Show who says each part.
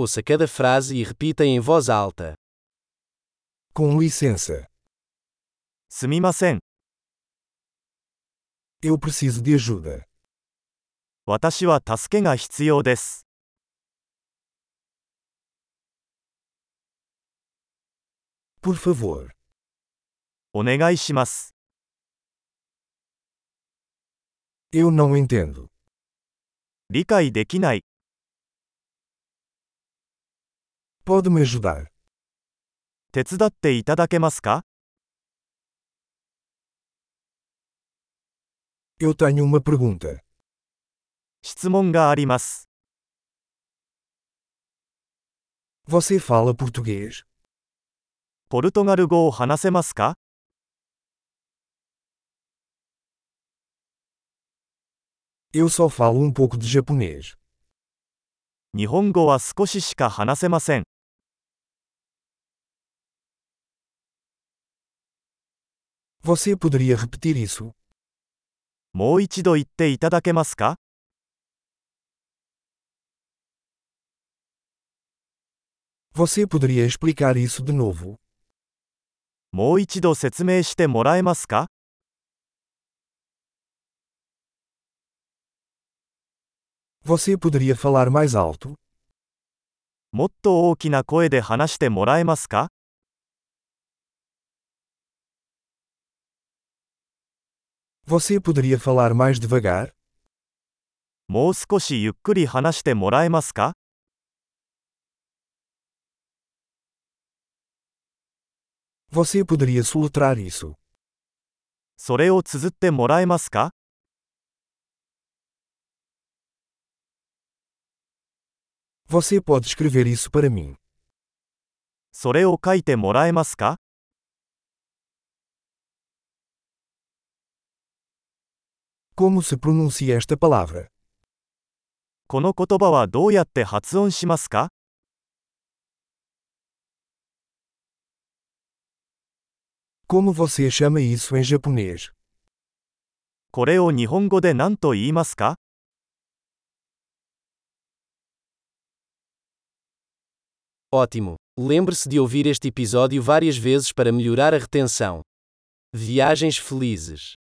Speaker 1: Ouça cada frase e repita em voz alta.
Speaker 2: Com licença,
Speaker 3: すみません。
Speaker 2: eu preciso de ajuda.
Speaker 3: 私は助けが必要です。
Speaker 2: Por favor,
Speaker 3: o 願いします。
Speaker 2: eu não entendo.
Speaker 3: 理解できない。
Speaker 2: Pode me ajudar?
Speaker 3: 手伝っていただけますか
Speaker 2: Eu tenho uma pergunta.
Speaker 3: 質問があります。
Speaker 2: Você fala português?
Speaker 3: ポルトガル語を話せますか
Speaker 2: Eu só falo um pouco de japonês.
Speaker 3: 日本語は少ししか話せません。
Speaker 2: Você poderia repetir isso?
Speaker 3: もう一度言っていただけますか
Speaker 2: Você poderia explicar isso de novo?
Speaker 3: もう一度説明してもらえますか
Speaker 2: Você poderia falar mais alto?
Speaker 3: もっと大きな声で話してもらえますか
Speaker 2: Você poderia falar mais devagar?
Speaker 3: もう少しゆっくり話してもらえますか
Speaker 2: Você poderia soletrar isso?
Speaker 3: それを綴ってもらえますか
Speaker 2: Você pode escrever isso para mim?
Speaker 3: それを書いてもらえますか
Speaker 2: Como se pronuncia esta palavra?
Speaker 3: この言葉はどうやって発音しますか
Speaker 2: Como você chama isso em japonês?
Speaker 3: これを日本語で何と言いますか
Speaker 1: Ótimo! Lembre-se de ouvir este episódio várias vezes para melhorar a retenção. Viagens felizes!